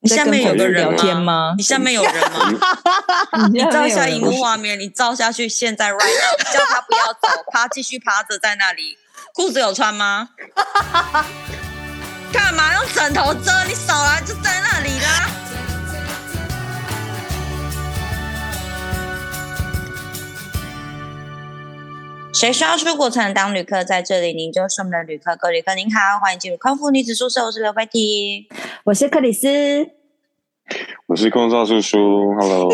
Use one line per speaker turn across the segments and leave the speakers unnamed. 你下面有个人
聊天吗？
你下面有人吗？
你
你照一下荧幕画面，你照下去，现在 right now，叫他不要走，他继续趴着在那里。裤子有穿吗？干嘛用枕头遮？你少来，就在那里啦。谁需要出国才能当旅客？在这里，您就是我们的旅客。各位旅客您好，欢迎进入康复女子宿舍，我是刘白缇。
我是克里斯，
我是空少叔叔，Hello，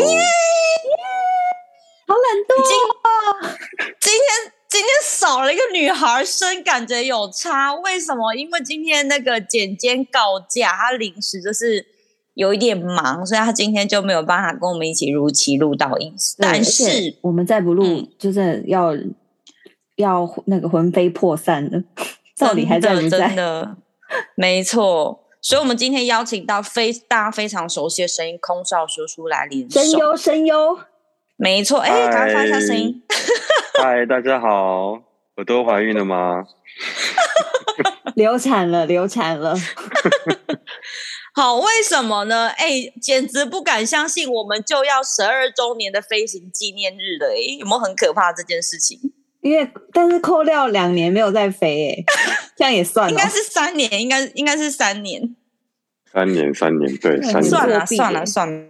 好冷冻
今今天今天少了一个女孩声，感觉有差。为什么？因为今天那个简简告假，她临时就是有一点忙，所以她今天就没有办法跟我们一起如期录到音。但
对而且
是
我们再不录
嗯，
就是要要那个魂飞魄散了。到底还在不
真的真
在？
的，没错。所以，我们今天邀请到非大家非常熟悉的声音空少叔叔来联手。
声优，声优，
没错，哎、赶快发一下声音。
嗨，大家好，我都怀孕了吗？
流产了，流产了。
好，为什么呢？哎、简直不敢相信，我们就要十二周年的飞行纪念日了、哎，有没有很可怕这件事情？
因为但是扣掉两年没有再飞、欸，这样也算
应
哦。
该是三年，应该应该是三年，
三年，三年，对，三
嗯
年，
算了
作弊耶
算了算了。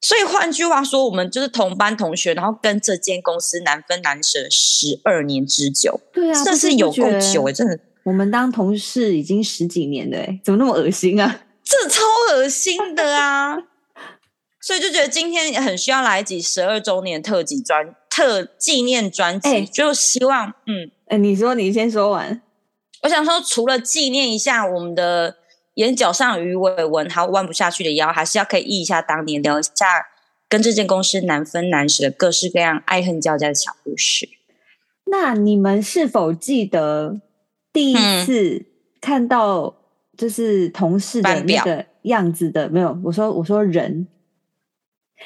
所以换句话说，我们就是同班同学，然后跟这间公司难分难舍十二年之久，
对啊，
这
不
是
知
有
不
够久哎、
觉
真的，
我们当同事已经十几年了、欸，怎么那么恶心啊？
这超恶心的啊！所以就觉得今天很需要来一集十二周年特辑专特纪念专辑，
哎
就希望嗯，
哎、你说，你先说完。
我想说，除了纪念一下我们的眼角上鱼尾纹，还有弯不下去的腰，还是要可以忆一下当年，聊一下跟这间公司难分难舍的各式各样爱恨交加的小故事。
那你们是否记得第一
嗯
次看到就是同事的
班
那
表
个样子的？没有，我说我说人，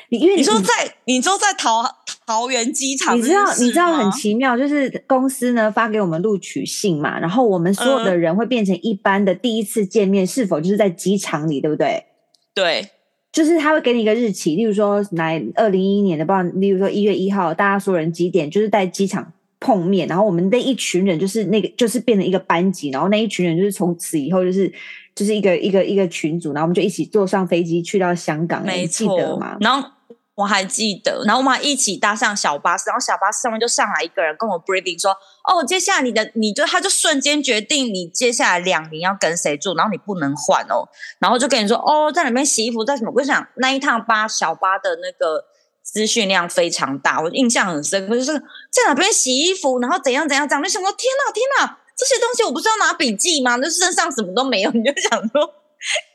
你因为
你说
你
在，你说在桃桃园机场
嗯你
这
知
件事
道
吗，
你知道很奇妙，就是公司呢发给我们录取信嘛，然后我们所有
嗯
的人会变成一般的第一次见面，是否就是在机场里，对不对？
对，
就是他会给你一个日期，例如说来二零一一年的，不知道，例如说一月一号，大家所有人几点，就是在机场碰面，然后我们那一群人就是那个就是变成一个班级，然后那一群人就是从此以后就是就是一个一个一个群组，然后我们就一起坐上飞机去到香港，
没
你记得
错
吗。？
然后我还记得，然后我们还一起搭上小巴士，然后小巴士上面就上来一个人跟我 breathing 说：“哦，接下来你的你就他就瞬间决定你接下来两年要跟谁住，然后你不能换哦。”然后就跟你说：“哦，在里面洗衣服，在什么？”我就想那一趟巴小巴的那个。资讯量非常大，我印象很深刻，就是在哪边洗衣服，然后怎样怎样怎样，就想说天哪天哪，这些东西我不是要拿笔记吗？就身上什么都没有，你就想说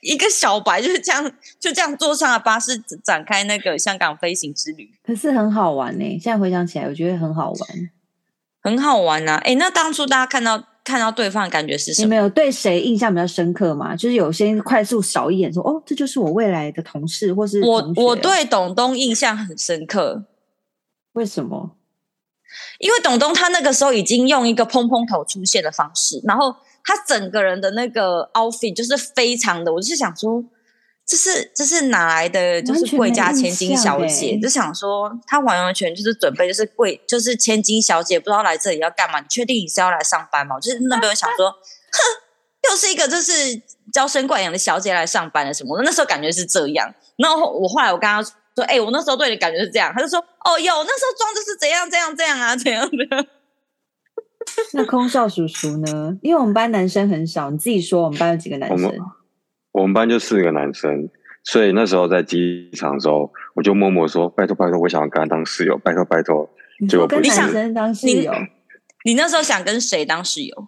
一个小白就是这样就这样坐上了巴士，展开那个香港飞行之旅，
可是很好玩呢、现在回想起来，我觉得很好玩。
很好玩啊！诶，那当初大家看到看到对方的感觉是
你
什么？
们有对谁印象比较深刻吗？就是有些快速扫一眼说，哦，这就是我未来的同事，或是
我
同学哦
我对董东印象很深刻，
为什么？
因为董东他那个时候已经用一个蓬蓬头出现的方式，然后他整个人的那个 outfit 就是非常的，我就是想说，这是这是哪来的？就
完
是
全
贵
没
家
印
千金
象
小
欸
姐，就想说她完完全就是准备就是贵就是千金小姐，不知道来这里要干嘛？你确定你是要来上班吗？我就是那边想说，哼，又是一个就是娇生惯养的小姐来上班了什么？我那时候感觉是这样，然后我后来我跟她说。哎、我那时候对你感觉是这样，她就说：“哦，有那时候妆就是怎样怎样怎样啊，怎样 的。”
那空少叔叔呢？因为我们班男生很少，你自己说我们班有几个男
我
生
们？我们班就四个男生，所以那时候在机场的时候，我就默默说，拜托拜托，我想要跟他当室友，拜托拜托。
你
结
说
果
跟
不
男
是
生当室
你
友，
你那时候想跟谁当室友？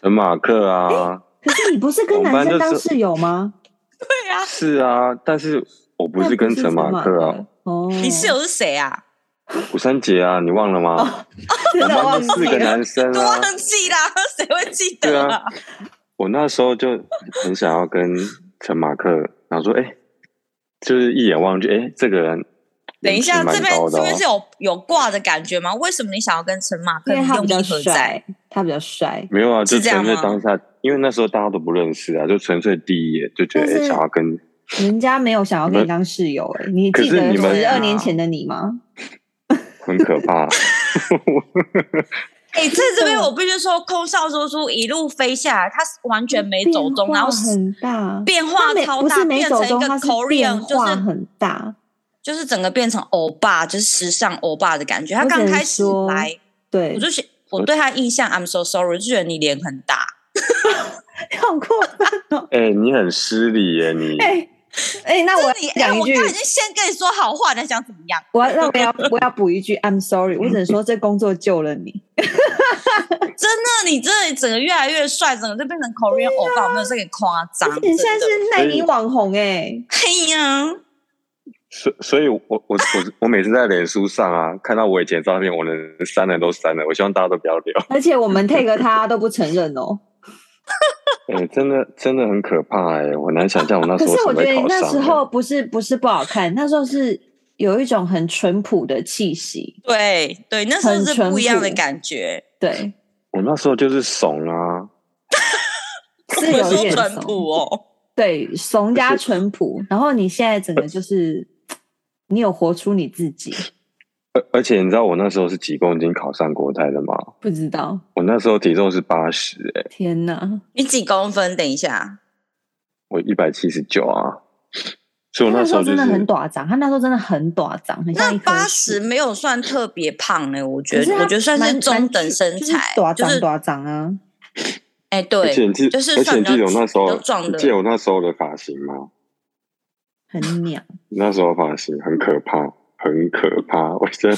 陈马克啊，
可是你不是跟
我们
男
班
生
就
当
是
室友吗？
对啊，
是啊，但是我不
那
是跟陈马克
克
啊，
哦，
你室友是谁啊？
吴三杰啊，你忘了吗？
真
我
的
们班
忘
就四
记
个
了。
男生
都
啊，
忘记啦，谁会记
对
得
啊？我那时候就很想要跟陈马克，然后说，哎、就是一眼望去，哎、这个人
等一下，
蛮
这边
高的
这边
哦
是有有挂的感觉吗？为什么你想要跟陈马克
因为他
用
比较
力合在？
帅，他比较帅。
没有啊，就是
这样
纯
吗
粹当下，因为那时候大家都不认识啊，就纯粹第一眼就觉得、
但是
诶想要跟
人家没有想要跟你当室友哎、你
可
记
是
得
你们
十二年前的你吗？
很可怕。啊
哎、在这边我必须说，空少叔叔一路飞下来，他完全没走
变
中，
化
然后
很大，
变化
他没
超
不
大，
是没
变
走
成一
中，
个
他是
Korean，
变化
就是
很大。
就是整个变成欧巴，就是时尚欧巴的感觉。他
我只
刚
能
开始
说
来，
对
我，就是我对他印象，I'm so sorry，就觉得你脸很大。
好过 分哦！
哎、你很失礼耶，你、
哎、哎、那我
就是你，哎、
讲一
我
句，
刚已经先跟你说好话，你还想怎么样？
我要那我要我要补一句，I'm sorry，我只能说这工作救了你。
真的，你真的整个越来越帅，整个就变成 Korean 欧巴，我没有这个夸张。
而且你现在
真的
啊是奈米网红哎、
嘿呀，
所所以我，我我我我每次在脸书上啊，看到我以前的照片，我能删的都删了。我希望大家都不要留。
而且我们 take 他都不承认 哦。
哎、真的真的很可怕哎、我很难想象我那
可
时候
是
怎
我
么
觉得你
会考
那
上
时
的。
候不是不是不好看，那时候是有一种很淳朴的气息。
对对，那时候
很
是
淳
不一样的
朴
感觉。
对，
我那时候就是怂啊，
是
我
有
说
点
淳
怂，
朴哦，
对，怂加淳朴。然后你现在整个就是，你有活出你自己，
而而且你知道我那时候是几公斤考上国泰的吗？
不知道，
我那时候体重是八十哎，
天哪！
你几公分？等一下，
我一百七十九啊，所以我
他
那
那
时
时
候
候
就
真
是
的很短长，他那时候真的很短长，很像
那
一棵
八
树
十。没有算特别胖哎、我觉
可是
得
他
我觉得算
蛮
是
蛮
中等身
就是
材，
短
就
长
是
短长啊。
哎、
而且
对，
你记，
就是
而且
算
你
比较
记得我那时候
比较壮的
你记得我那时候的发型吗？
很鸟，
那时候发型很可怕，很可怕， 我觉得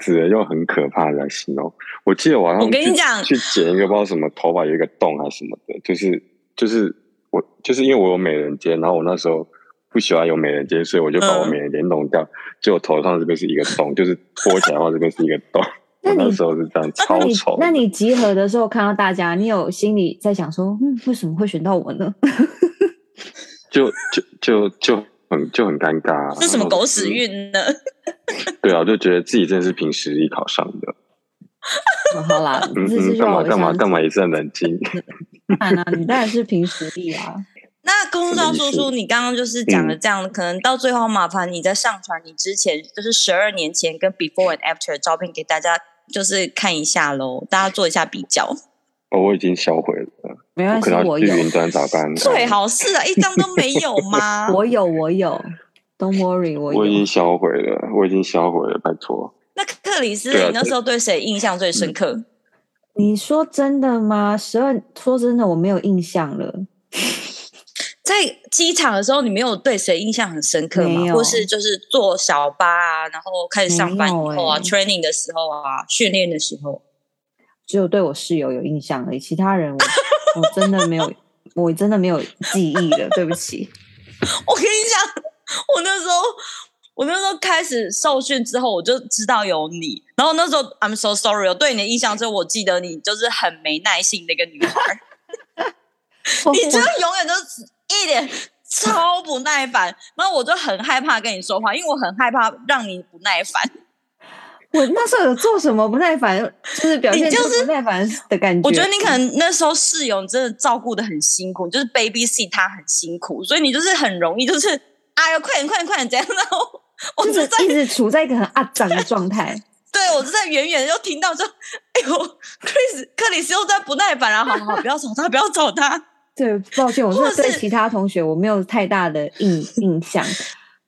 只能用很可怕来形容。我记得我好像
我跟你
去
讲
去剪一个不知道什么头发有一个洞还是什么的，就是就是我就是因为我有美人尖，然后我那时候不喜欢有美人尖，所以我就把我
嗯
美人尖弄掉，就我头上这边是一个洞，就是拨起来的话这边是一个 洞。
那
我
你
那时候是这样，
那
啊
超
你
丑。
那你集合的时候看到大家，你有心里在想说，嗯，为什么会选到我呢？
就就就就很就很尴尬、啊。
是什么
然后
狗
就
屎
是？
运呢？
对啊，就觉得自己真的是凭实力考上的。
哦好啦，
嗯
这是
嗯，
让
干嘛
我
干嘛
想
干嘛也是很冷 静。
看啊，你当然是凭实力啊。
那公
什
昭
么意
叔
思
叔，你刚刚
嗯
就是讲了这样，可能到最后麻烦你在上传你之前，就是十二年前跟 before and after 的照片给大家就是看一下喽，大家做一下比较。
哦，我已经销毁了，
没
我
关
可
系，
能
我
要去
有，
云端找 干。
最，好是啊，一张都没有吗？
嗯 我有，我有。Don't worry，我
我已
有
经。销毁了，我已经销毁了，拜托。
那克里斯，
对啊
你那时候对谁印象最
嗯
深刻？
你说真的吗？十二，说真的，我没有印象了。
在机场的时候，你没有对谁印象很深刻
没
吗？
有
或是就是坐小巴啊，然后开始上班以
没
后
有
啊、
欸
t r a i n i n g 的时候啊，训练的时候，
只有对我室友有印象而已，其他人我我真的没有，我真的没有记忆了，对不起。
我跟你讲，我那时候。我那时候开始受训之后，我就知道有你。然后那时候，I'm so sorry，我对你的印象就是，我记得你就是很没耐性的一个女孩，
我
你就
哦我
永远都是一脸超不耐烦。然后我就很害怕跟你说话，因为我很害怕让你不耐烦。
我那时候有做什么不耐烦，就是表现
你就
出
是
不耐烦的感觉。
我觉得你可能那时候室友真的照顾的很辛苦，就是 baby s i t 他很辛苦，所以你就是很容易就是哎呀，快点快点快点怎样？然后 我
就
就是在
一直处在一个很阿长的状态。
对我就在远远就听到说， 哎呦，Chris 克里斯又在不耐烦了，好好好不要找他，不要找他，
对，抱歉，我
或
是对
是
其他同学我没有太大的 印印象。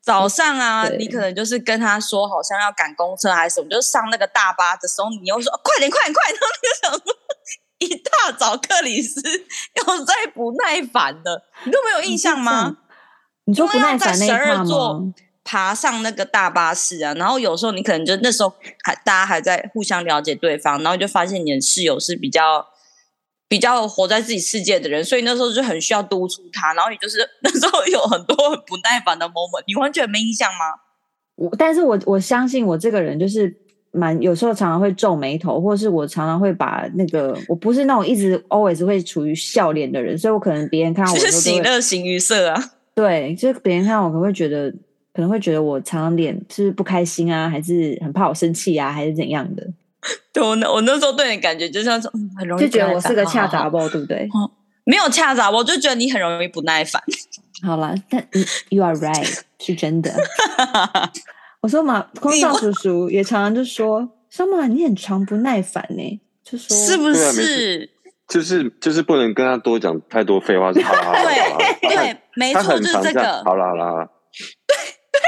早上啊，
对
你可能就是跟他说好像要赶公车还是什么，就是上那个大巴的时候，你又说、哦快点快点快点，然后你就想说 一大早克里斯又在不耐烦了，你都没有印象吗？
你说不耐烦那一
因为要在
趴
12
吗
座？爬上那个大巴士啊，然后有时候你可能就那时候还大家还在互相了解对方，然后就发现你的室友是比较比较活在自己世界的人，所以那时候就很需要督促他，然后你就是 那时候有很多很不耐烦的 moment，你完全没印象吗？
我但是我我相信我这个人就是蛮有时候常常会皱眉头，或是我常常会把那个我不是那种一直 always 会处于笑脸的人，所以我可能别人看到我
就是
的时候
喜
都会
乐形于色啊，
对，就是别人看到我可能会觉得可能会觉得我常常脸是不是不开心啊，还是很怕我生气啊，还是怎样的，
对我那我那时候对你感觉就像说，嗯，很容易
就觉得我是个
恰
恰杂包，对不对？
没有恰杂，我就觉得你很容易不耐烦。
好啦，但你 you are right，是真的。我说马空少叔叔也常常就说，小马你很常不耐烦呢、就说
是不
对啊没
是？
就是就是不能跟他多讲太多废话，是哈哈哈哈 哈哈。
对对，没
他
错，
很
就是
常
这
样
个。
好啦好啦好啦。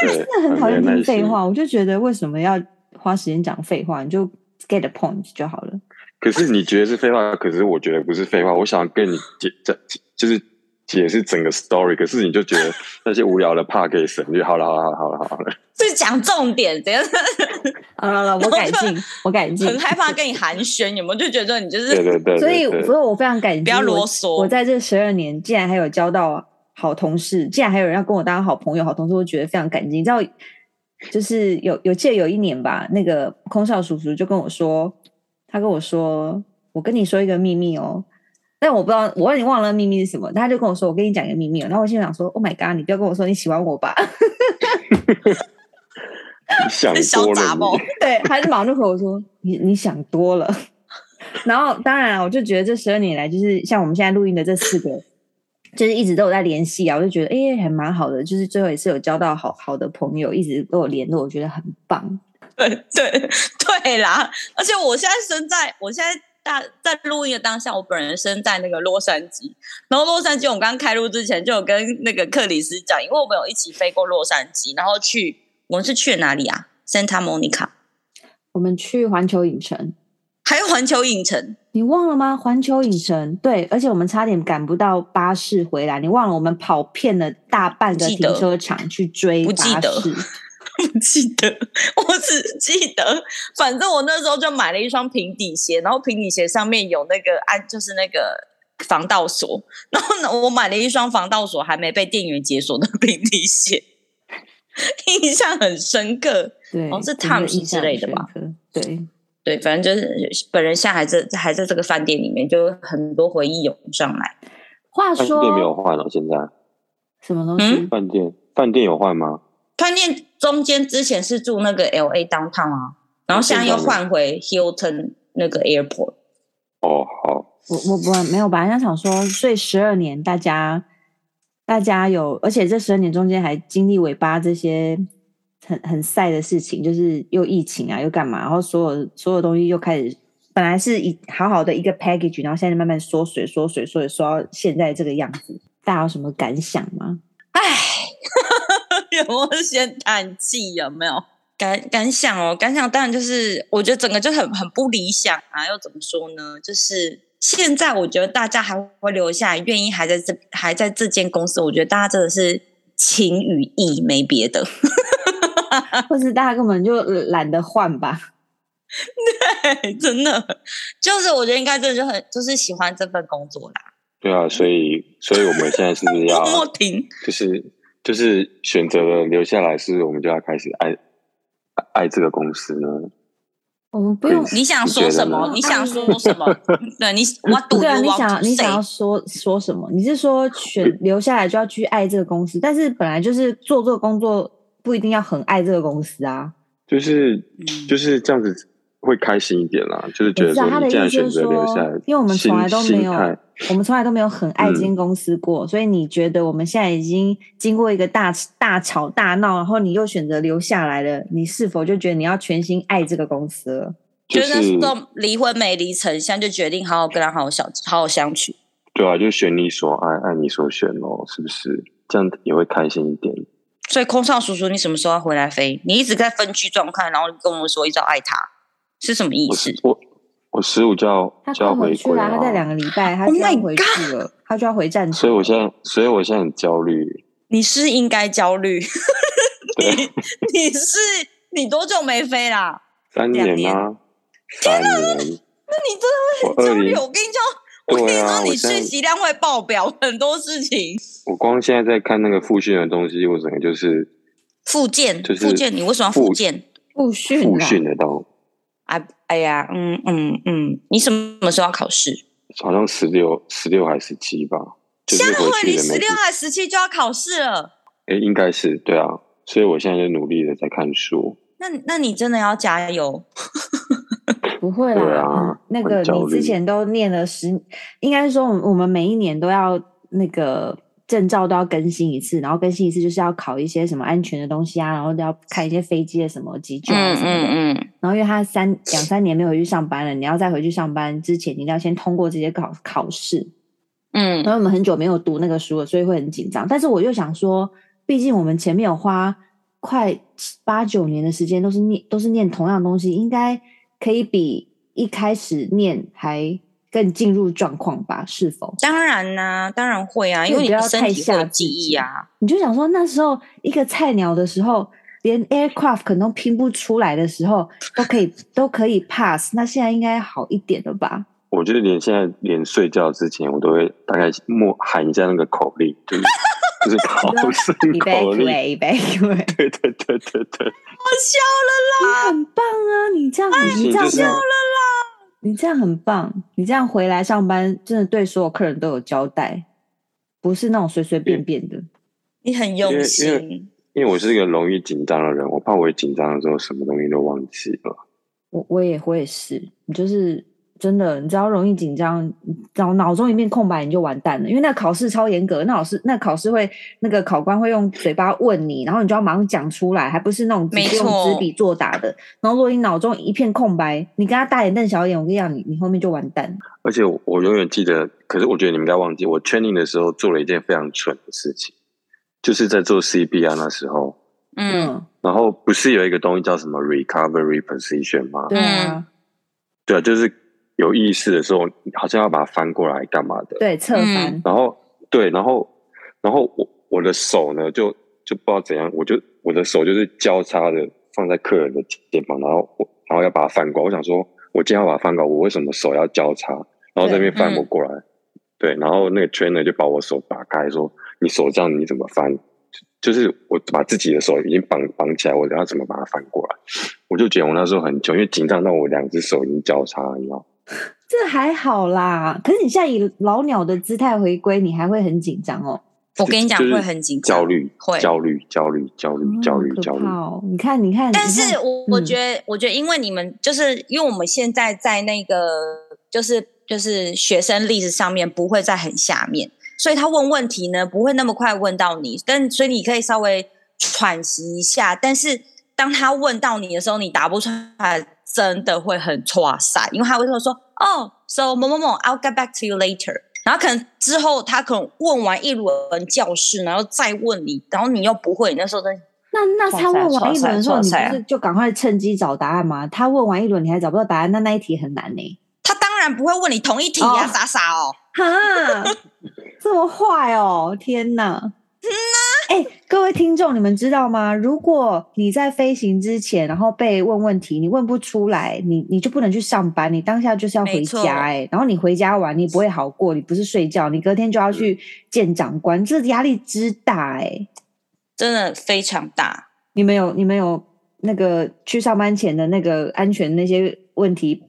对，
真的很讨厌
没耐
听废
心
话，我就觉得为什么要花时间讲废话？你就 get the point 就好了。
可是你觉得是废话，可是我觉得不是废话。我想跟你解这就是解释整个 story，可是你就觉得那些无聊的怕给省略。好了好了好了好了，
是讲重点，怎样？
好了好了，我改 进，我改进。
啊很害怕跟你寒暄，有没有？就觉得你就
对
是
对对，
所以，
对
所以我非常感激我。
不要啰嗦
我在这十二年，竟然还有交到好同事，竟然还有人要跟我当好朋友、好同事，我觉得非常感激。你知道，就是有有记得有一年吧，那个空少叔叔就跟我说，他跟我说，我跟你说一个秘密哦。但我不知道，我有点忘了秘密是什么。他就跟我说：“我跟你讲一个秘密、哦。”然后我心里想说：“Oh my god！你不要跟我说你喜欢我吧。”
你想
小
多
杂
了
毛
你。，
对，他就马上就回我说：“你你想多了。” 然后当然啊，我就觉得这十二年来，就是像我们现在录音的这四个，就是一直都有在联系啊，我就觉得哎、诶还蛮好的，就是最后也是有交到好好的朋友，一直跟我联络，我觉得很棒。
对对对啦！而且我现在身在，我现在大在录音的当下，我本人身在那个洛杉矶。然后洛杉矶，我们刚开录之前就有跟那个克里斯讲，因为我们有一起飞过洛杉矶，然后去我们是去了哪里啊？Santa Monica，
我们去环球影城，
还有环球影城。
你忘了吗？环球影城对，而且我们差点赶不到巴士回来，你忘了我们跑遍了大半个
不记得
停车场去追
不
巴
记
士。
得不记得，我只记得， 反正我那时候就买了一双平底鞋，然后平底鞋上面有那个按，就是那个防盗锁，然后呢，我买了一双防盗锁还没被店员解锁的平底鞋， 印象很深刻。
对，
哦是
真的
Times
印象
之类
很
的吧
深刻？对，
对，反正就是本人现在还在还在这个饭店里面，就很多回忆涌上来。
话
饭店没哎
说
有换了，现在
什么东西？
嗯
饭店饭店有换吗？
饭店中间之前是住那个 L A downtown 啊，然后现在又换回 Hilton 那个 airport。
哦，好，
我我我没有吧？人家想说，所以十二年大家大家有，而且这十二年中间还经历尾巴这些很很晒的事情，就是又疫情啊，又干嘛，然后所有所有东西又开始，本来是一好好的一个 package，然后现在慢慢缩水缩水缩水缩到现在这个样子，大家有什么感想吗？
唉， 有没有先叹气？有没有感感想哦？感想当然就是，我觉得整个就很很不理想啊。又怎么说呢？就是现在，我觉得大家还会留下来，愿意还在这还在这间公司，我觉得大家真的是情与义，没别的。
或是大家根本就懒得换吧？
对， 真的就是我觉得应该真的就很就是喜欢这份工作啦。
对啊，所以所以我们现在是 要
默默停，
就是就是选择了留下来，是我们就要开始爱爱爱这个公司呢？
我们不用
对
你想说什么？
你
你
觉得
想
呢
说什 么？对你，What do
对
you
啊，你
want
想
to
你想
say？
要说说什么？你是说选留下来就要去爱这个公司？但是本来就是做这个工作不一定要很爱这个公司啊。
就是
嗯
就是这样子会开心一点啦，就是觉
我
得
知道
说
他的
你
意
既然
思
选
就是
择
说
留下来，，
因为我们从来都
心
没有
心态，嗯
我们从来都没有很爱这间公司过，所以你觉得我们现在已经经过一个大大吵大闹，然后你又选择留下来了，你是否就觉得你要全心爱这个公司了？
就
觉得
是
那时候离婚没离成，现在就决定好好跟他好好相好好相处。
对啊，就选你所爱，爱你所选咯，是不是？这样也会开心一点。
所以空少叔叔，你什么时候要回来飞？你一直在分区状态，然后跟我们说一直要爱他，是什么意
我
思
是？我我十五就要
他
就
快
要
回去
归
了，
啊
他，在两个礼 拜他
Oh
就要
my
回去了，他就要回战场了。
所以我现在所以我现在很焦虑。
你是应该焦 虑，
对
你你是你多久没飞啦？
三
两
年啊，三年，
那你真的
我
会很焦
20
虑。我跟你讲，我跟
对
你
啊
说，
我
你
现在
讯息量会爆表，很多事情。
我光现在在看那个复训的东西，我整个就是
复健，
就是
复健，你为什么要
复
复健？
复训
复
啦
训的到，
哎哎呀，嗯嗯嗯，你什么时候要考试？
好像十六十六还十七吧，就是
下
回
个会
去
离
的
十
没几
六还十七就要考试了。
诶，应该是对啊，所以我现在就努力的在看书。
那那你真的要加油，
不会啦，嗯
对啊
那
很
个
焦
你
虑
之前都念了十，应该是说我们我们每一年都要那个证照都要更新一次，然后更新一次就是要考一些什么安全的东西啊，然后都要看一些飞机的什么急救啊
嗯
什么的。
嗯嗯，
然后因为他三两三年没有回去上班了，你要再回去上班之前，你一定要先通过这些考考试。
嗯，
然后我们很久没有读那个书了，所以会很紧张。但是我又想说，毕竟我们前面有花快八九年的时间都是念都是念同样东西，应该可以比一开始念还更进入状况吧？是否？
当然啦、当然会啊，因为你
所以
的
不要
身
太
体会有
吓自
记
己
忆啊。
你就想说那时候一个菜鸟的时候，连 aircraft 可能都拼不出来的时候，都可以都可以 pass。那现在应该好一点了吧？
我觉得连现在连睡觉之前，我都会大概默喊一下那个口令，就是就是考生
预备
口令。
对，预备对，
对对对对对，
你很棒啊！你这样
不
你
行
这样
就是要
你这样很棒，你这样回来上班，真的对所有客人都有交代，不是那种随随便便的。
你很
因
用
为因为
心，嗯
因为我是一个容易紧张的人，我怕我一紧张的时候什么东西都忘记了。
我我也我也是，你就是真的，你只要容易紧张，脑脑中一片空白，你就完蛋了。因为那考试超严格，那老师那考试会那个考官会用嘴巴问你，然后你就要马上讲出来，还不是那种直
没
接用
错
纸笔作答的。然后如果你脑中一片空白，你跟他大眼瞪小眼，我跟你讲，你你后面就完蛋。
而且我我永远记得，可是我觉得你们应该忘记，我 training 的时候做了一件非常蠢的事情，就是在做 CBR 那时候，
嗯，
然后不是有一个东西叫什么 recovery position 吗？
对啊，
嗯
对啊，就是有意识的时候，好像要把它翻过来干嘛的。
对侧
嗯
翻，
然后对，然后然后我我的手呢，就就不知道怎样，我就我的手就是交叉的放在客人的肩膀，然后我然后要把它翻过来。我想说，我今天要把它翻过来，我为什么手要交叉？然后这边
嗯
翻不过来，对，然后那个 trainer 就把我手打开，说：“你手这样你怎么翻？”就是我把自己的手已经绑绑起来，我要怎么把它翻过来？我就觉得我那时候很穷，因为紧张到我两只手已经交叉了，你知道吗。
这还好啦，可是你现在以老鸟的姿态回归，你还会很紧张哦，
我跟你讲
就是
会很紧张
焦虑，
会
焦虑，焦虑，焦虑，焦虑
嗯，
焦
可
虑
怕。哦！你看，你看，
但
你看
是我我
嗯
觉得，我觉得，因为你们就是因为我们现在在那个就是就是学生历史上面不会在很下面，所以他问问题呢不会那么快问到你，但所以你可以稍微喘息一下。但是当他问到你的时候，你答不出来，真的会很挫塞，因为他会说说哦，so 某某某，I'll get back to you later。然后可能之后他可能问完一轮教室，然后再问你，然后你又不会，你那时候真的
那那
哇
他
塞
问完一轮的时候，
哇
你
塞
不是就赶快趁机找答案吗？他问完一轮，你还找不到答案，那那一题很难呢、
他当然不会问你同一题呀、
哦
傻傻哦。
哈， 这么坏哦！天哪！哎、各位听众，你们知道吗？如果你在飞行之前，然后被问问题，你问不出来，你你就不能去上班，你当下就是要回
没错
家、哎，然后你回家玩，你不会好过，你不是睡觉，你隔天就要去见长官，这压力之大、哎，
真的非常大。
你们有你们有那个去上班前的那个安全那些问题，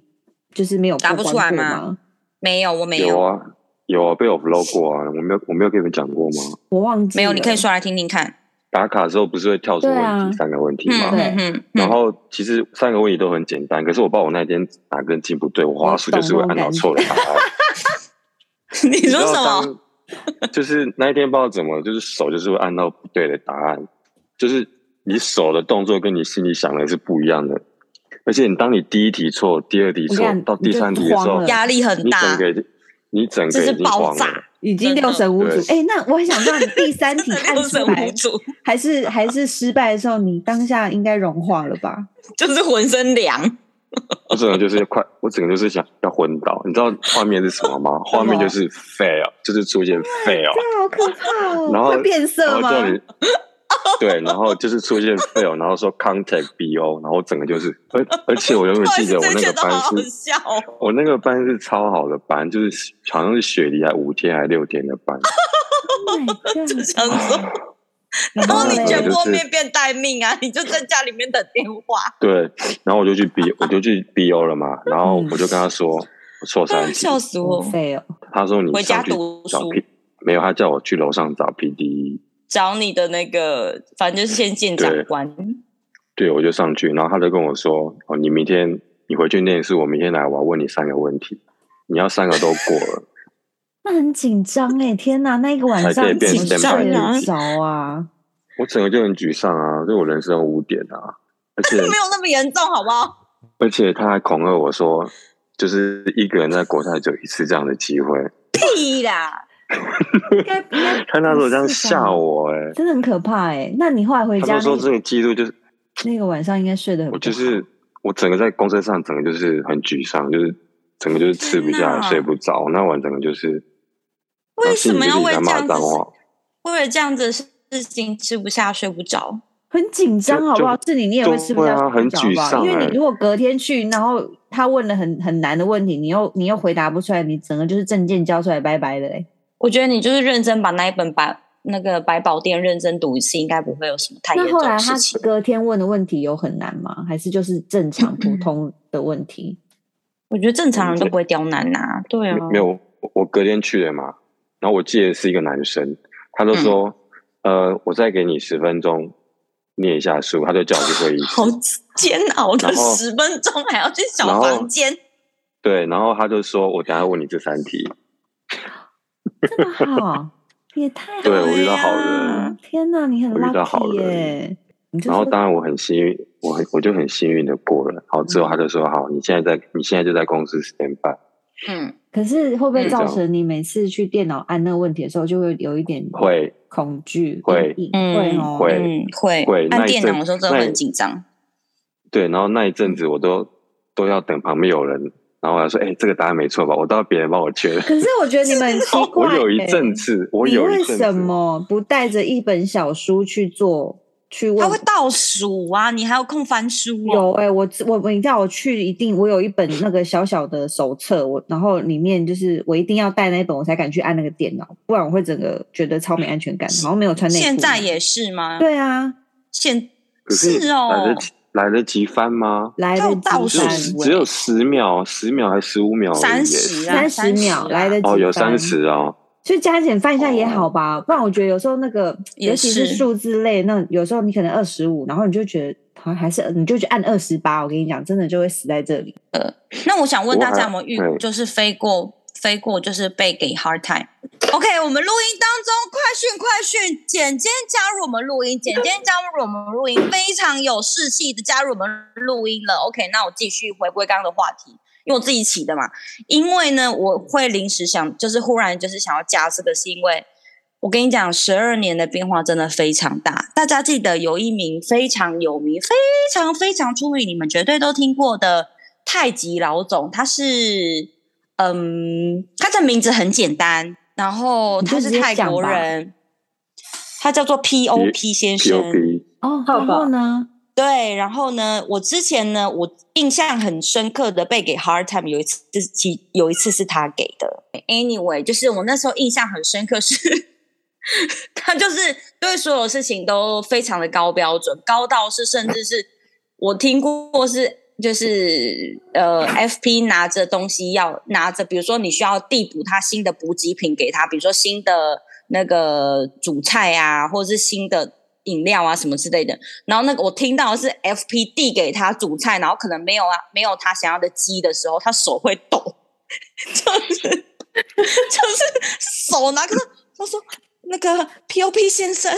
就是没有
答不出
过关
来
过
吗
吗？
没有，我没有，
有啊，有啊，被我 vlog 过啊，我没有，我没有跟你们讲过吗？
啊
我忘记
没有，
啊
你可以
了哎
说来听听看。
打卡的时候不是会跳出问题、
对啊
三个问题
嗯
吗？
对
嗯嗯，
然
嗯
后其实三个问题都很简单，可是我不知道我那天哪根筋不对，我滑鼠就是会按到错的答案。
你说什么？
么？就是那一天不知道怎么，就是手就是会按到不对的答案，就是你手的动作跟你心里想的是不一样的。而且你当你第一题错，第二题
我
错
跟你，讲
到第三题的时
你就
候
慌了，
压力很
你整
大，
个已经你整
这
个
是
已经
爆
慌了。
炸，
已经
真的
六神无主。哎、
对
那我很想知道你第三 题
真的
按
六
出
神无
来，
主，
还是还是失败的时候，你当下应该融化了吧？
就是浑身凉。
我整个就是快，我整个就是想要昏倒。你知道画面是什么吗？画面就是 fail，就是出现 fail，
啊，好可怕哦！
然后
会变
然
色
后
吗？
叫你对，然后就是出现 fail，然后说 contact BO，然后整个就是，而而且我永远
不好意
记
思，
得我
这
那
些
个
都 好
班
好
是，
笑哦。
我那个班是超好的班，就是好像是雪梨还五天还六天的班，
Oh my god
就想 说，然
然
后
后
你
嘞
全
就
部
是
面变待命啊，你就在家里面等电话，
对，然后我就去 B，我就去 BO 了嘛，然后我就跟他说我错三题，
笑死
好
我。
废哦！
他说你
回家
上去
读
找
书
P，没有，他叫我去楼上找 E PDE。
找你的那个，反正就是先见长
对
官。
对，我就上去，然后他就跟我说：“哦，你明天你回去念书，我明天来，我要问你三个问题，你要三个都过了。
那很紧张哎，天哪，那一个晚
还可
上
以变
怎么
standby
睡得
的
着啊？”
我整个就很沮丧啊，就我人生污点啊，而且
没有那么严重，好不好？
而且他还恐吓我说，就是一个人在国泰只有一次这样的机会。
屁啦！
应该应该
他那时候这样吓我、欸，
真的很可怕哎。那你后来回
他
家
就说
那
这个记录就是
那个晚上应该睡得很不好
我就是我整个在公车上，整个就是很沮丧，就是整个就是吃不下
天哪
来、睡不着。那晚整个就是，然
为
后
什
心里
么
就是
要
一直
为
在
这
骂
样子
脏话？
为了这样子的事情吃不下、睡不着，
很紧张，
就
好不好？
就是
你，你也会吃不
对
下
啊
睡不
很
着好不好
沮丧
因为
欸
你如果隔天去，然后他问了很很难的问题，你又你又回答不出来，你整个就是证件交出来，拜拜的哎嘞。
我觉得你就是认真把那一本百那个百宝店认真读一次，应该不会有什么太
哎
严
那
重
后来
的
他
事情。
隔天问的问题有很难吗？还是就是正常普通的问 题？
我觉得正常人都不会刁难呐、对啊，
嗯没有，我我隔天去了嘛，然后我记得是一个男生，他
嗯
就说，呃，我再给你十分钟念一下书，他就叫我去会议室
好煎熬的
然后
十分钟，还要去小
然后
房间。
对，然后他就说我等一下问你这三题，
这么好，也太好
对
了
我遇到好
呀
人！
天哪，你很
我遇到好
lucky 耶、
人
你就
然后
说
当然我很幸运，我很我就很幸运的过了，然后之后他就说好，你现在在你现在就在公司 stand by，
嗯，
可是会不会
嗯
造
这样
成你每次去电脑按那个问题的时候，就会有一点
会
恐惧、
会
阴影
嗯
会哦，
会
嗯，会
会那
按
一
电
阵
脑的时候真的
那
会
一
很紧张。
对，然后那一阵子我都都要等旁边有人，然后我还说，哎、这个答案没错吧？我到别人帮我确认。
可是我觉得你们 很奇怪、
我
欸，
有一阵子，我
你
有一
为
阵
什
子，
么不带着一本小书去做去
他
问
会？倒数啊，你还有空翻书哦。
有哎、我我我你叫我去，一定我有一本那个小小的手册，我然后里面就是我一定要带那一本，我才敢去按那个电脑，不然我会整个觉得超没安全感，好像没有穿内裤。
现在也是吗？，
啊对啊，
现
可是
是哦
来得及来得及翻吗？
还
来得
有倒
及
只
数
有
翻
十
翻
只有十秒，十秒还十五秒而已耶，
三十啊，
三十秒
啊
来得及
哦，有
翻
三十哦，
所以加减翻一下也好吧，不然我觉得有时候那个，
哦也
尤其是
是
数字类，那有时候你可能二十五，然后你就觉得好像还是你就去按二十八，我跟你讲，真的就会死在这里。
那我想问大
我还
家有没有遇，
嗯
就是飞过飞过，就是被给 hard time。OK，我们录音当中快讯快讯，简简加入我们录音，简简加入我们录音，非常有士气的加入我们录音了。OK，那我继续回归刚刚的话题，因为我自己起的嘛。因为呢，我会临时想，就是忽然就是想要加这个，是因为我跟你讲，十二年的变化真的非常大。大家记得有一名非常有名、非常非常出名，你们绝对都听过的太极老总，他是嗯，他的名字很简单，然后
你就
他
直
是
接
泰
讲
国
吧
人，他叫做 POP 先
P
生。
O P
哦，
好
然
吧
后呢？
对，然后呢，我之前呢，我印象很深刻的被给 hard time 有一次，就是其有一次是他给的。Anyway，就是我那时候印象很深刻是， 他就是对所有事情都非常的高标准，高到是甚至是我听过是就是呃，FP 拿着东西要拿着，比如说你需要递补他新的补给品给他，比如说新的那个主菜啊，或者是新的饮料啊什么之类的。然后那个我听到的是 FP 递给他主菜，然后可能没有啊，没有他想要的鸡的时候，他手会抖， 就是就是手拿个，他说那个 POP 先生，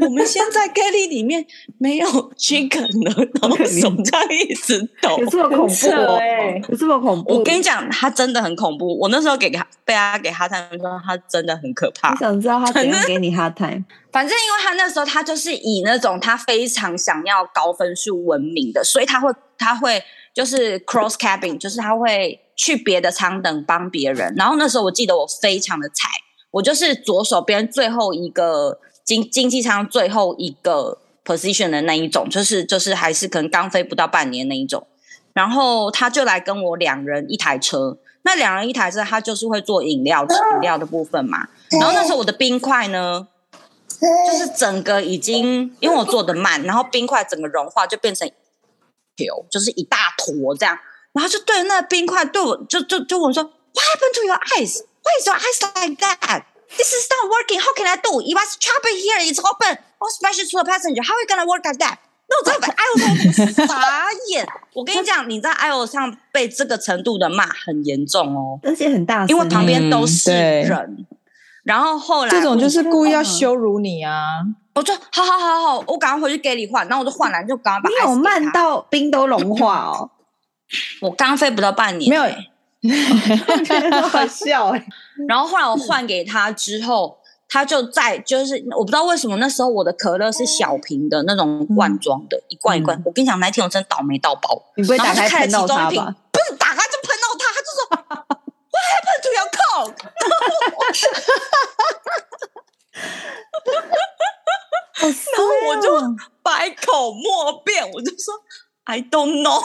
我们现在 Kelly 里面没有 chicken 了，然后手这样一直 抖
有。这么恐
很
怖、
扯
哦？
哎、
有这么恐怖？
欸我跟你讲，他真的很恐怖。我那时候给他被他给哈他说，他真的很可怕
我。想知道他怎样给你 hard time。
反正因为他那时候他就是以那种他非常想要高分数闻名的，所以他会他会就是 cross cabin，就是他会去别的舱等帮别人。然后那时候我记得我非常的菜，我就是左手边最后一个经经济舱最后一个 position 的那一种，就是就是还是可能刚飞不到半年那一种。然后他就来跟我两人一台车，那两人一台车，他就是会做饮料饮料的部分嘛。然后那时候我的冰块呢，就是整个已经因为我做的慢，然后冰块整个融化就变成球，就是一大坨这样。然后就对那冰块对我就就就问我说，What happened to your eyes? Why is your eyes like that? This is not working. How can I do? It was trouble here. It's open. All special to the passenger. How are you gonna work like that? 那我在 iOS 上我傻眼。我跟你讲，你在 iOS 上被这个程度的骂很严重哦，
而且很大声，欸
因为旁边都是
嗯对
人。然后后来
这种就是故意要
嗯
羞辱你啊！
我就好好好好，我赶快回去给你换，然后我就换了，你就赶快把
你有
ice 给
慢
他
到冰都融化 哦，
我刚飞不到半年，
没有
好笑哎、
然后后来我换给他之后，他就在就是我不知道为什么那时候我的可乐是小瓶的那种罐装的，一罐一罐。我跟你讲，那一天我真的倒霉到爆，
嗯你不会
然
打
后就
开
开了
喷
其
到
中
它
一瓶
吧？，
不是打开就喷到他，他就说 What happened to your coke？然后
哦
我
啊
就百口莫辩，我就说 I don't know。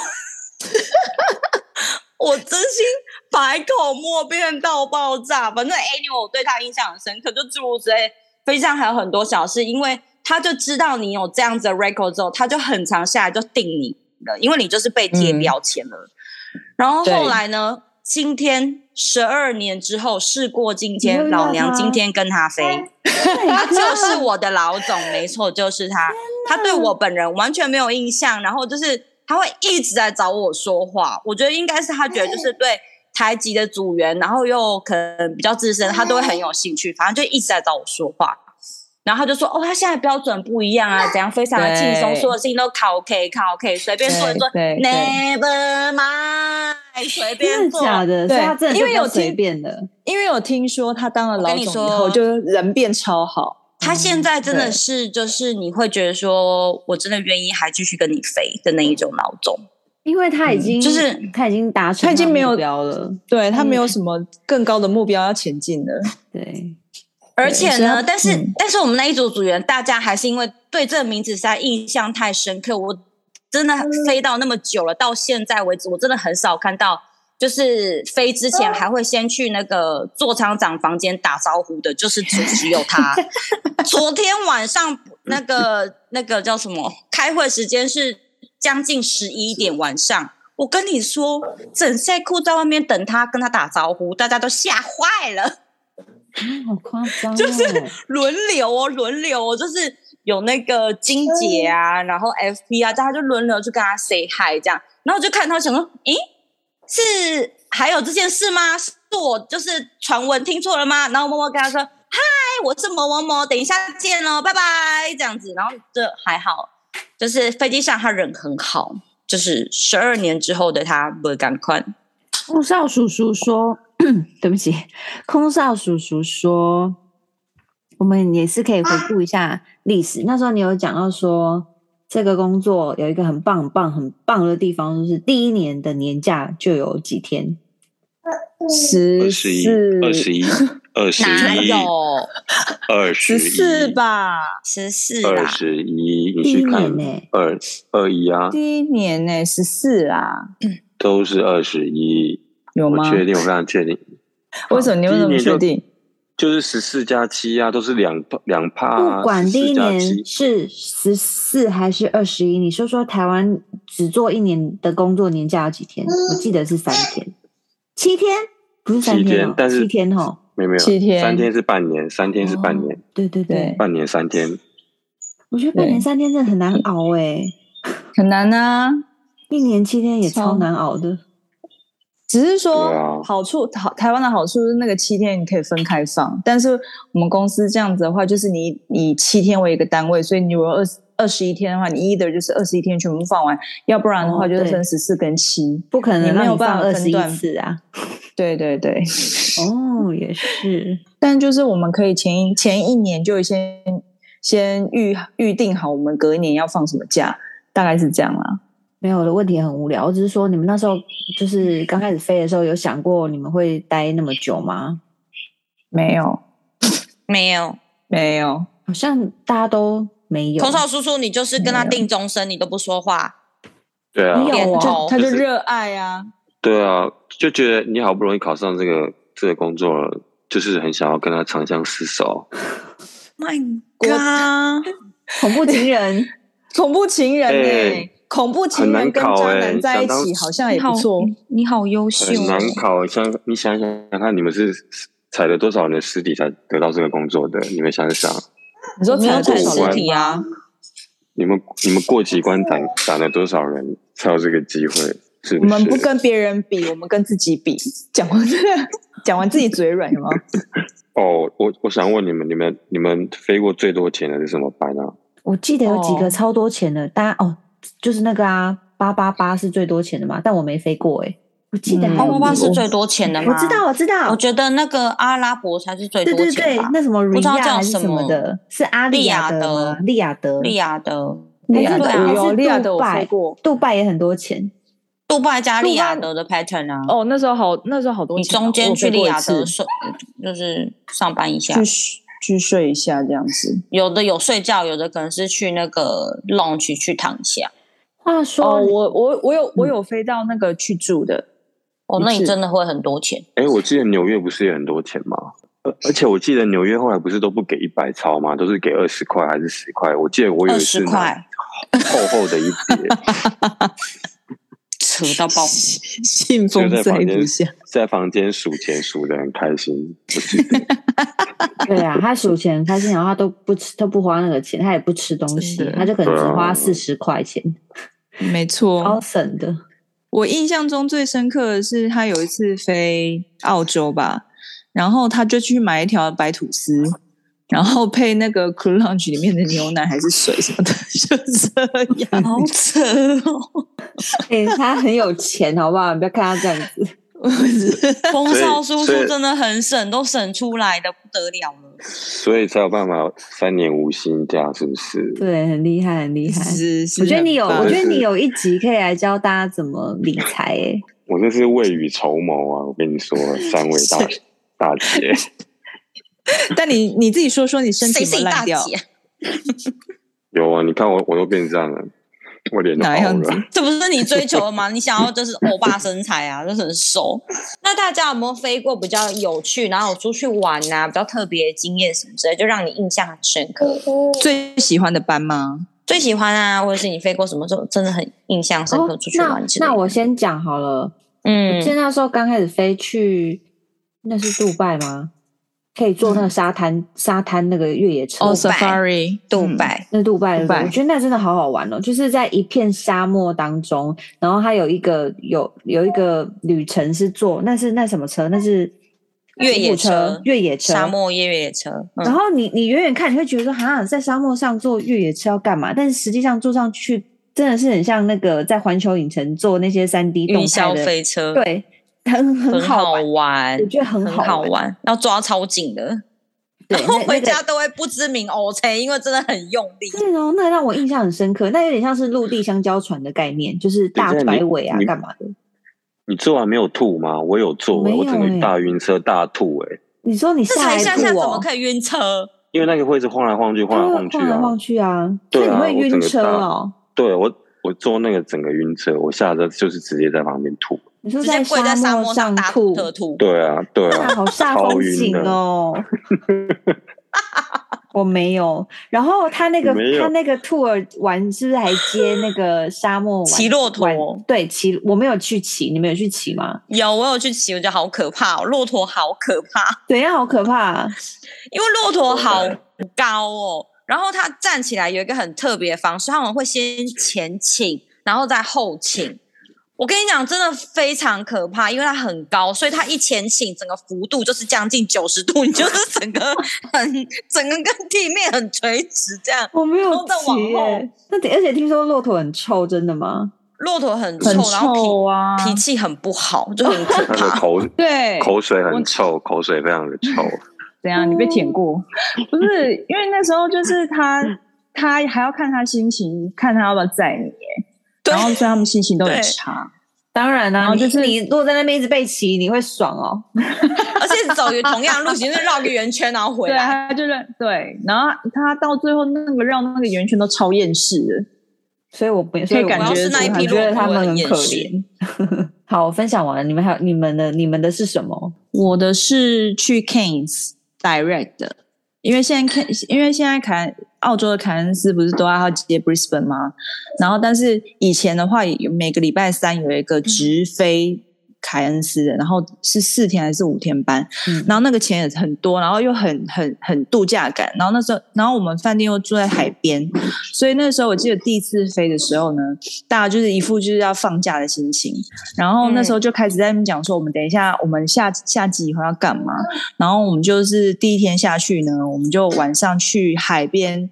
我真心百口莫辩到爆炸，反正 anyway 我对他印象很深刻，就诸如此类。飞机上还有很多小事，因为他就知道你有这样子的 record 之后，他就很常下来就定你了，因为你就是被贴
嗯
标签了。然后后
对
来呢，今天十二年之后事过境
你又
迁，
遇
老
到
娘
他哎
今天跟他飞。 他就是我的老总，没错，就是他。他对我本人完全没有印象，然后就是他会一直在找我说话。我觉得应该是他觉得
哎
就是对台籍的组员，然后又可能比较资深，他都会很
哎
有兴趣，反正就一直在找我说话。然后他就说：“哦，他现在标准不一样啊，怎样非常的轻松，
对
所有事情都考 OK 考 OK，随便说一说
对对对
，Never mind，随
真
便
的
做。”
假的？所以
对
他真的就
因为
不要
有听
随便的，
因为我听说他当了老总
我
以
跟你
后，
说
就人变超好。
他现在真的
嗯对
是，就是你会觉得说，我真的愿意还继续跟你飞的那一种老总。
因为他已经、
就是
他已经达成
他已经没有
目标了，
嗯对他
嗯
没有什么更高的目标要前进的，
对，
而且
所以他
呢，但是、
嗯
但是我们那一组组员，大家还是因为对这个名字实在印象太深刻，我真的
嗯
飞到那么久了，到现在为止，我真的很少看到，就是飞之
嗯
前还会先去那个座舱长房间打招呼的，就是只只有 他。昨天晚上那个那个叫什么开会时间是将近十一点晚上。我跟你说，整赛库在外面等他，跟他打招呼，大家都吓坏了。
啊好夸张、哦，
就是轮流哦，轮流哦，就是有那个金姐啊，然后 FP 啊，大家就轮流去跟他 say hi 这样，然后我就看他想说，诶，是还有这件事吗？是我就是传闻听错了吗？然后默默跟他说，嗨，我是某某某，等一下见喽，拜拜，这样子，然后这还好，就是飞机上他人很好，就是十二年之后的他不会赶快，
空少叔叔说：“ 对不起，空少叔叔说，我们也是可以回顾一下历史。那时候你有讲到说，这个工作有一个很棒、很棒、很棒的地方，就是第一年的年假就有几天，
十
二十一、二十一、二十
哪
一、
有
二十
十四
一、
吧？
十四
二
啦？
十一，你
第一
去
年
看
呢、欸，
二二一啊，
第一年呢、十四啊啦，
都是二十一。
有
我
吗？
确定，我非常确定。
为什么你为
第一
什么
年
确
就
定？
就是十四加七啊，都是两两帕、啊。
不管第一
14加
年
7
是十四还是二十一，你说说台湾只做一年的工作年假有几天？我记得是三天，七天，不是三
七
天
天
哦，，
但是
七天哦。”
没有没有
七天
三天是半年，三天是半年，
哦对对对
对，
半年三天，
我觉得半
对
年三天真的很难
嗯
熬哎、
很难啊。
一年七天也超
超
难熬的。
只是
对啊
说好处，好台湾的好处是那个七天你可以分开放，但是我们公司这样子的话，就是你以七天为一个单位，所以你如果二二十一天的话，你 either 就是二十一天全部放完，要不然的
哦
话就是
对
分十四跟七、
不可能
你没
让
有
你放
办
二
法
十
分
一
段
次啊！
对对对，
哦，也是，
但就是我们可以前一前一年就先先预预定好，我们隔一年要放什么假，大概是这样啦。
没有我的问题很无聊。我只是说，你们那时候就是刚开始飞的时候，有想过你们会待那么久吗？
没有，
没有，
没有，
好像大家都没有
空。少叔叔，你就是跟他
没有
定终身，你都不说话。
对啊，
没有
点
啊
头，
他就
就是
热爱啊，
对啊，就觉得你好不容易考上这个这个工作了，就是很想要跟他长相厮守。
My God！
恐怖情人，
恐怖情人哎、
哎
恐怖情
很难
人跟
考
渣
哎
男在
想
一
当
起好像也不错，
你好优秀
很难考，像你想想看，你们是踩了多少人的尸体才得到这个工作的？你们想想，
你说
没有
踩
踩
多
过
少
尸
人
体啊
吗？，
你们你们过几关斩斩了多少人才有这个机会？是
我
不
们
是？
不跟别人比，我们跟自己比。讲完这个，讲完自己嘴软有吗？
哦，我我想问你们，你们你们飞过最多钱的是什么班啊？
我记得有几个
哦
超多钱的，大家哦，就是那个啊，八八八是最多钱的嘛，但我没飞过哎、我记得
嗯
还
八
有
八八
我
是最多钱的吗？
我知道，我知道
我，觉得那个阿拉伯才是最
对
多
对
钱
对
吧，？
那什么
不
瑞
知道
亚
叫
还是
什
什么
么
的，是阿利亚德吗？利亚德，
利亚的，
利亚
对
的，
啊
我
还
有哎
是
利亚的
杜
我
拜
飞过。
杜拜也很多钱，
杜拜加利亚
杜拜
德的 pattern 啊。
哦，那时候好，那时候好多
你
钱哦。
中间
我
去
飞
利
过一
亚德
次，
睡，就是上班一下
去，睡去睡一下这样子。
有的有睡觉，有的可能是去那个 lounge 去躺一下。
话说、
哦，我我我有我有飞到那个去住的，
哦，
一
那你
次，
真的会很多钱。
哎，我记得纽约不是也很多钱吗？而而且我记得纽约后来不是都不给一百钞吗？都是给二十块还是十块？我记得我有一次
20
拿
块
厚厚的一叠，
扯到爆
信
就
奉
在
在
房间
不下。
在房间数钱数的很开心。
对啊，他数钱很开心，然后他都不吃，都不花那个钱，他也不吃东西
真，的
他就可能只花
对啊
四十块钱，
没
哦
错
超省的。
我印象中最深刻的是他有一次飞澳洲吧，然后他就去买一条白吐司，然后配那个 Crew Lunch 里面的牛奶还是水什么的， 就这 样。
好扯哦！
哎、他很有钱，好不好？你不要看他这样子，
我是
风
所以
少叔
所
叔
以
真的很省，都省出来的不得了了。
所以才有办法三年无薪假，是不是？
对，很厉害，很厉害。
是是
我觉得你有，
很棒
我觉得你有一集可以来教大家怎么理财、欸。
我这是未雨绸缪啊！我跟你说，三位大大姐，
但你你自己说说你身体
谁
有没
是你大
有
啊
烂掉，
姐？
有啊！你看我，我都变这样了，我脸都
哪
红
样
了
子。？
这不是你追求的吗？你想要就是欧巴身材啊， 就是很瘦。那大家有没有飞过比较有趣，然后有出去玩啊，比较特别的经验什么之类，就让你印象很深刻？
最喜欢的 班吗？
最喜欢啊，或者是你飞过什么时候真的很印象深刻
哦
出，去
那
玩之类的
那我先讲好了。我记
嗯，
得那时候刚开始飞去，那是杜拜吗？可以坐那个沙滩沙滩那个越野车
哦
嗯杜拜
，Safari，
杜
嗯
拜，
那杜拜的
杜
路，
拜
我觉得那真的好好玩哦，就是在一片沙漠当中，然后它有一个有有一个旅程是坐，那是那什么车？那是
越野
吉普
车
越野车。
沙漠越野车，嗯
嗯然后你你远远看，你会觉得说，哈，在沙漠上坐越野车要干嘛？但是实际上坐上去真的是很像那个在环球影城坐那些三 D 动
云
态
霄
的，
飞车，，
对，很很
很
好
好
玩，
玩
我，觉得很
很
好
好玩，要抓超紧的，
对，
然后
那
回。
那
家
个
都会不知名 OK，因为真的很用力。
对哦，那让我印象很深刻。那有点像是陆地香蕉船的概念，就是大
等哎一下你
摆尾啊，
你
干嘛的？
你做完没有吐吗？我有做、
没有
我整
欸
个大晕车大吐哎、
你说你
这
下
才
来
下
吐
下怎么
哦，
可以晕车？
因为那个会是晃来晃去，晃来晃去
它会晃来
啊。
晃去啊，所以
对
你
啊
会
我
晕
整个
车
大
哦。
对我，我坐那个整个晕车，我下车就是直接在旁边吐。
你说
直接跪在沙
沙
漠
上
大
吐
吐，特吐，
对啊，对
那
啊，
好煞
超
风
晕
景
的
哦。 我没有，然后他那个
没有
他那个 tour 玩是不是还接那个沙漠玩
骑骆驼
玩对，骑我没有去骑，你们有去骑吗？
有我有去骑，我觉得好可怕哦，骆驼好可怕。
怎样？好可怕、啊！
因为骆驼好高哦，然后它站起来有一个很特别的方式，他们会先前倾，然后再后倾。我跟你讲，真的非常可怕，因为它很高，所以它一前倾，整个幅度就是将近九十度，你就是整个 很整个跟地面很垂直这样。
我没有
然后再往
骑耶、
后
那而且听说骆驼很臭，真的吗？
骆驼很臭，
很
然后
臭啊
脾，脾气很不好，就很可
那个
怕。
口
对，
口水
我
很臭，口水非常的臭。
怎样？
嗯
你被舔过？不是，因为那时候就是他，
嗯
他还要看他心情，看他要不要载你耶。
对
然后所以他们心情都很
对
差。
当然啦、
然后
你
就是
你如果在那边一直被骑，你会爽哦。
而且走同样路线，就绕个圆圈然后回
对，啊
来。
他就是对，然后他到最后那个绕那个圆圈都超厌世的。
所以我不，
可
所
以
以我
感
不
觉出
我
来
觉得他们
我很
很可
厌世
怜。 好，我分享完了，你们还有你们的你们的是什么？
我的是去 Canes direct 的，因为现在 Can，因为现在凯恩澳洲的凯恩斯不是都要接 Brisbane 吗？然后但是以前的话，有每个礼拜三有一个直飞凯恩斯的，然后是四天还是五天班，
嗯
然后那个钱也很多，然后又很很很度假感。然后那时候，然后我们饭店又住在海边，所以那时候我记得第一次飞的时候呢，大家就是一副就是要放假的心情。然后那时候就开始在那边讲说，我们等一下，我们下下集以后要干嘛？然后我们就是第一天下去呢，我们就晚上去海边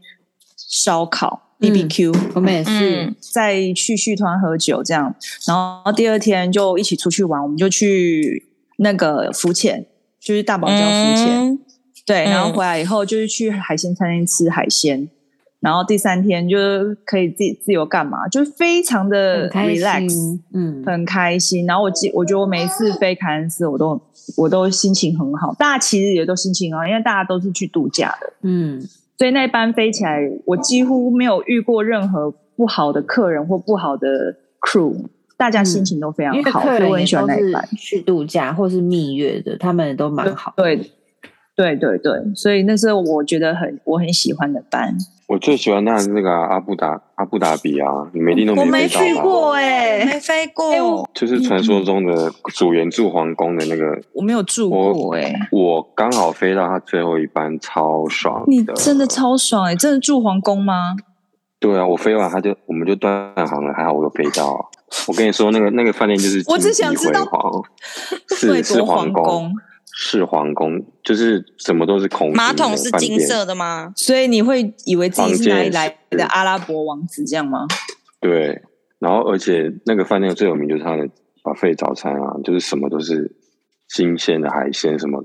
烧烤
嗯
BBQ，、
我们也是，
嗯
再去续团喝酒这样，然后第二天就一起出去玩，我们就去那个浮潜，就是大堡礁浮潜，
嗯
对，
嗯
然后回来以后就是去海鲜餐厅吃海鲜，然后第三天就是可以自己自由干嘛，就是非常
很
的
开
呃 relax，
心，嗯，
很开心。然后我记，我觉得我每一次飞凯恩斯，我都我都心情很好，大家其实也都心情很好，因为大家都是去度假的。
嗯，
所以那班飞起来，我几乎没有遇过任何不好的客人或不好的 crew，大家心情都非常
嗯因为
好，
客
所以
人
我很
也
喜欢
都
那一班
是。去度假或是蜜月的，他们也都蛮好。
对，对对对，所以那是我觉得很我很喜欢的班。
我最喜欢那那个啊、阿布达阿布达比啊，你们一定都
我
没
没
飞到吧
去过哎、
没飞
哎我
过，
就是传说中的主原住皇宫的那个，
我没有住过
我
哎、
我刚好飞到他最后一班，超爽
你真的超爽哎、真的住皇宫吗？
对啊！我飞完他就我们就断航了，还好我有飞到啊。我跟你说，那个那个饭店就是
我只
金
想
碧
知
辉
道
煌，是
对
是
夺
皇
宫
宫，，是皇宫，就是什么都是孔
马
金的
桶是
饭
金
店
色的吗？
所以你会以为自己是哪里来
房间
的
是
阿拉伯王子这样吗？
对，然后而且那个饭店最有名就是它的 buffet 早餐啊，就是什么都是新鲜的海鲜，什么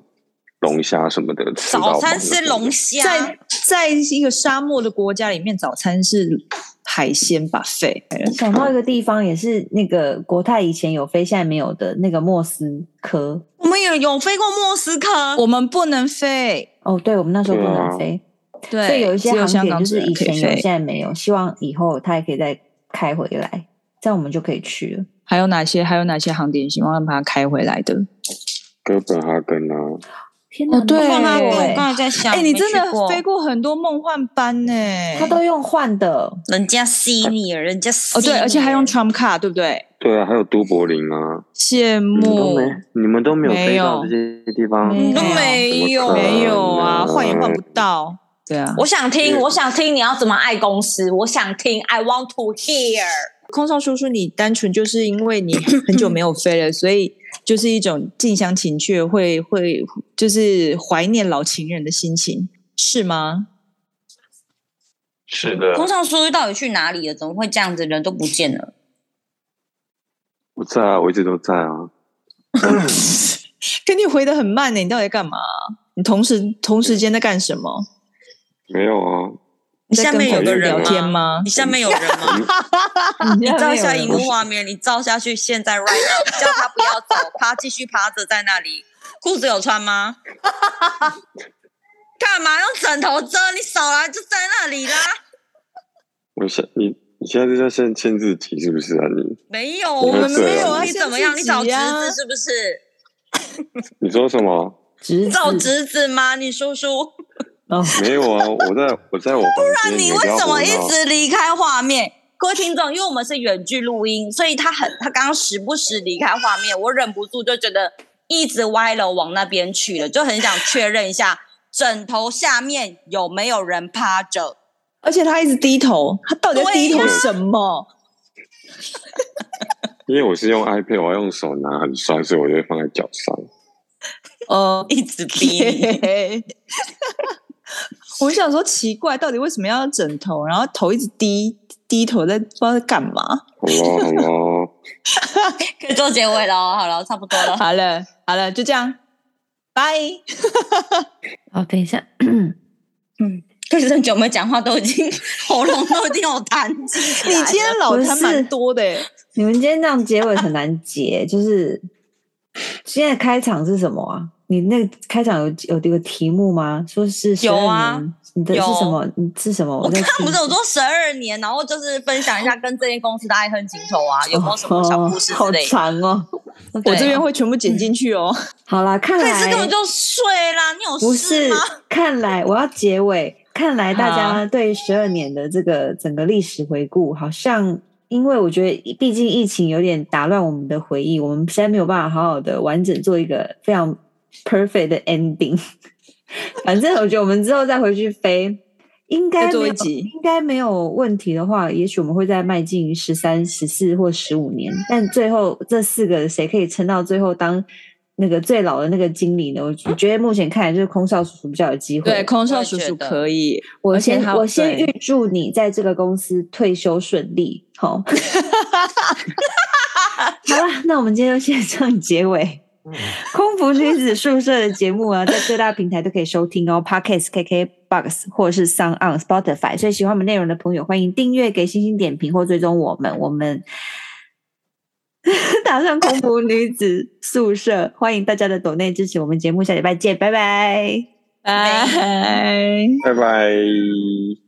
龙虾什么的。吃到
早
饱
餐
那
吃
种
龙
的，
虾
啊
在，在一个沙漠的国家里面，早餐是海鲜 buffet。
我想到一个地方，也是那个国泰以前有飞，现在没有的那个莫斯科。
我们有有飞过莫斯
啊
科，
我们不能飞，
哦，对，我们那时候不
对啊
能飞，
对，
所以有一些
只有
航
香
点
港
就是以
只
前
能可以
有，
飞
现。在没有。希望以后它也可以再开回来，这样我们就可以去了。
还有哪些？还有哪些航点希望把它开回来的？
哥本哈根啊，
天哪，
哦对
没
我刚
去过
才我
欸
刚才在想，
哎、你真
没去
的
过
飞过很多梦幻班呢、
他都用换的，
人家 senior，人家 senior
哦对，而且还用 Trump 卡，对不对？
对啊，还有都柏林啊，你
羡
们都
慕，
没你们都没有
嗯没
飞到
有
这些地方，啊
没
都
有
没
怎
有
么可能
没有啊，换也换不到。对啊，
我想听，
对
我想听你要怎么爱公司，我想听，I want to hear。
空少叔叔，你单纯就是因为你很久没有飞了，所以就是一种近乡情怯，会会就是怀念老情人的心情，是吗？
是的
空少叔叔到底去哪里了？怎么会这样子？人都不见了。
我在啊，我一直都在啊。
跟你回的很慢呢、你到底在干嘛？你同时同时间在干什么？
没有啊，
你
在
下
跟
面有
朋友
个人
聊天
吗？
吗
你？下面有人吗？你照一下荧幕画面，你照下去，现在 right now，叫他不要走，他继续趴着在那里。裤子有穿吗？ 干嘛用枕头遮？你少来，就在那里啦。
我想你你现在是在限限制级是不是啊？你
没有，
我们没有啊
你怎么样？你找侄
限制级啊
子是不是？
你说什么？
侄
你找
嗯
侄
子
子吗？你叔叔？
哦，
没有啊，我在我在 我房间，
你
们
为
不要
什么
胡
一
闹
直离开画面？各位听众，因为我们是远距录音，所以他很他刚刚时不时离开画面，我忍不住就觉得一直歪了往那边去了，就很想确认一下枕头下面有没有人趴 着。
而且他一直低头，他到底在低头什么？
因为我是用 iPad，我要用手拿，很酸，所以我就会放在脚上。
呃，
一直逼你，
我想说奇怪，到底为什么要枕头？然后头一直低低头在不知道在干嘛？
好咯，好咯，
可以做结尾了哦，好了，差不多了。
好了好了，就这样，拜。
哦，等一下，
可是很久没讲话，都已经喉咙都已经有痰气 来
你
了
今天老痰蛮多的耶，
你们今天这样结尾很难结，就是现在开场是什么啊？你那个开场有有有个题目吗？说是
有啊
12年，你的是
有
什么？你是什么？
我
在
看
听
不是我做十二年，然后就是分享一下跟这间公司的爱恨情仇啊，有没有什么小故事之
哦 好
类的。
长哦。
对
我这边会全部剪进去哦。
好啦，看
但是根
来
本就睡啦，你有
不
事
是
吗？，
看来我要结尾。看来大
好
家对十二年的这个整个历史回顾，好像因为我觉得，毕竟疫情有点打乱我们的回忆，我们现在没有办法好好的完整做一个非常 perfect 的 ending。反正我觉得我们之后再回去飞，应该
再做
没
一
有
集
应该没有问题的话，也许我们会再迈进十三、十四或十五年。但最后这四个谁可以撑到最后当那个最老的那个经理呢？我我觉得目前看来就是空少叔叔比较有机会。
对，空
我
少
也
叔
觉
叔
得
可以，
我
而且
先
他
我先
对
预祝你在这个公司退休顺利， 好。好了，那我们今天就先这样结尾。
嗯
空服女子宿舍的节目啊，在各大平台都可以收听哦，Podcast、KK Box 或是 s o n On、Spotify。所以喜欢我们内容的朋友，欢迎订阅、给星星点评或追踪我们。我们 打上空服女子宿舍，欢迎大家的抖内支持我们节目，下礼拜见，拜拜。
拜。
拜拜。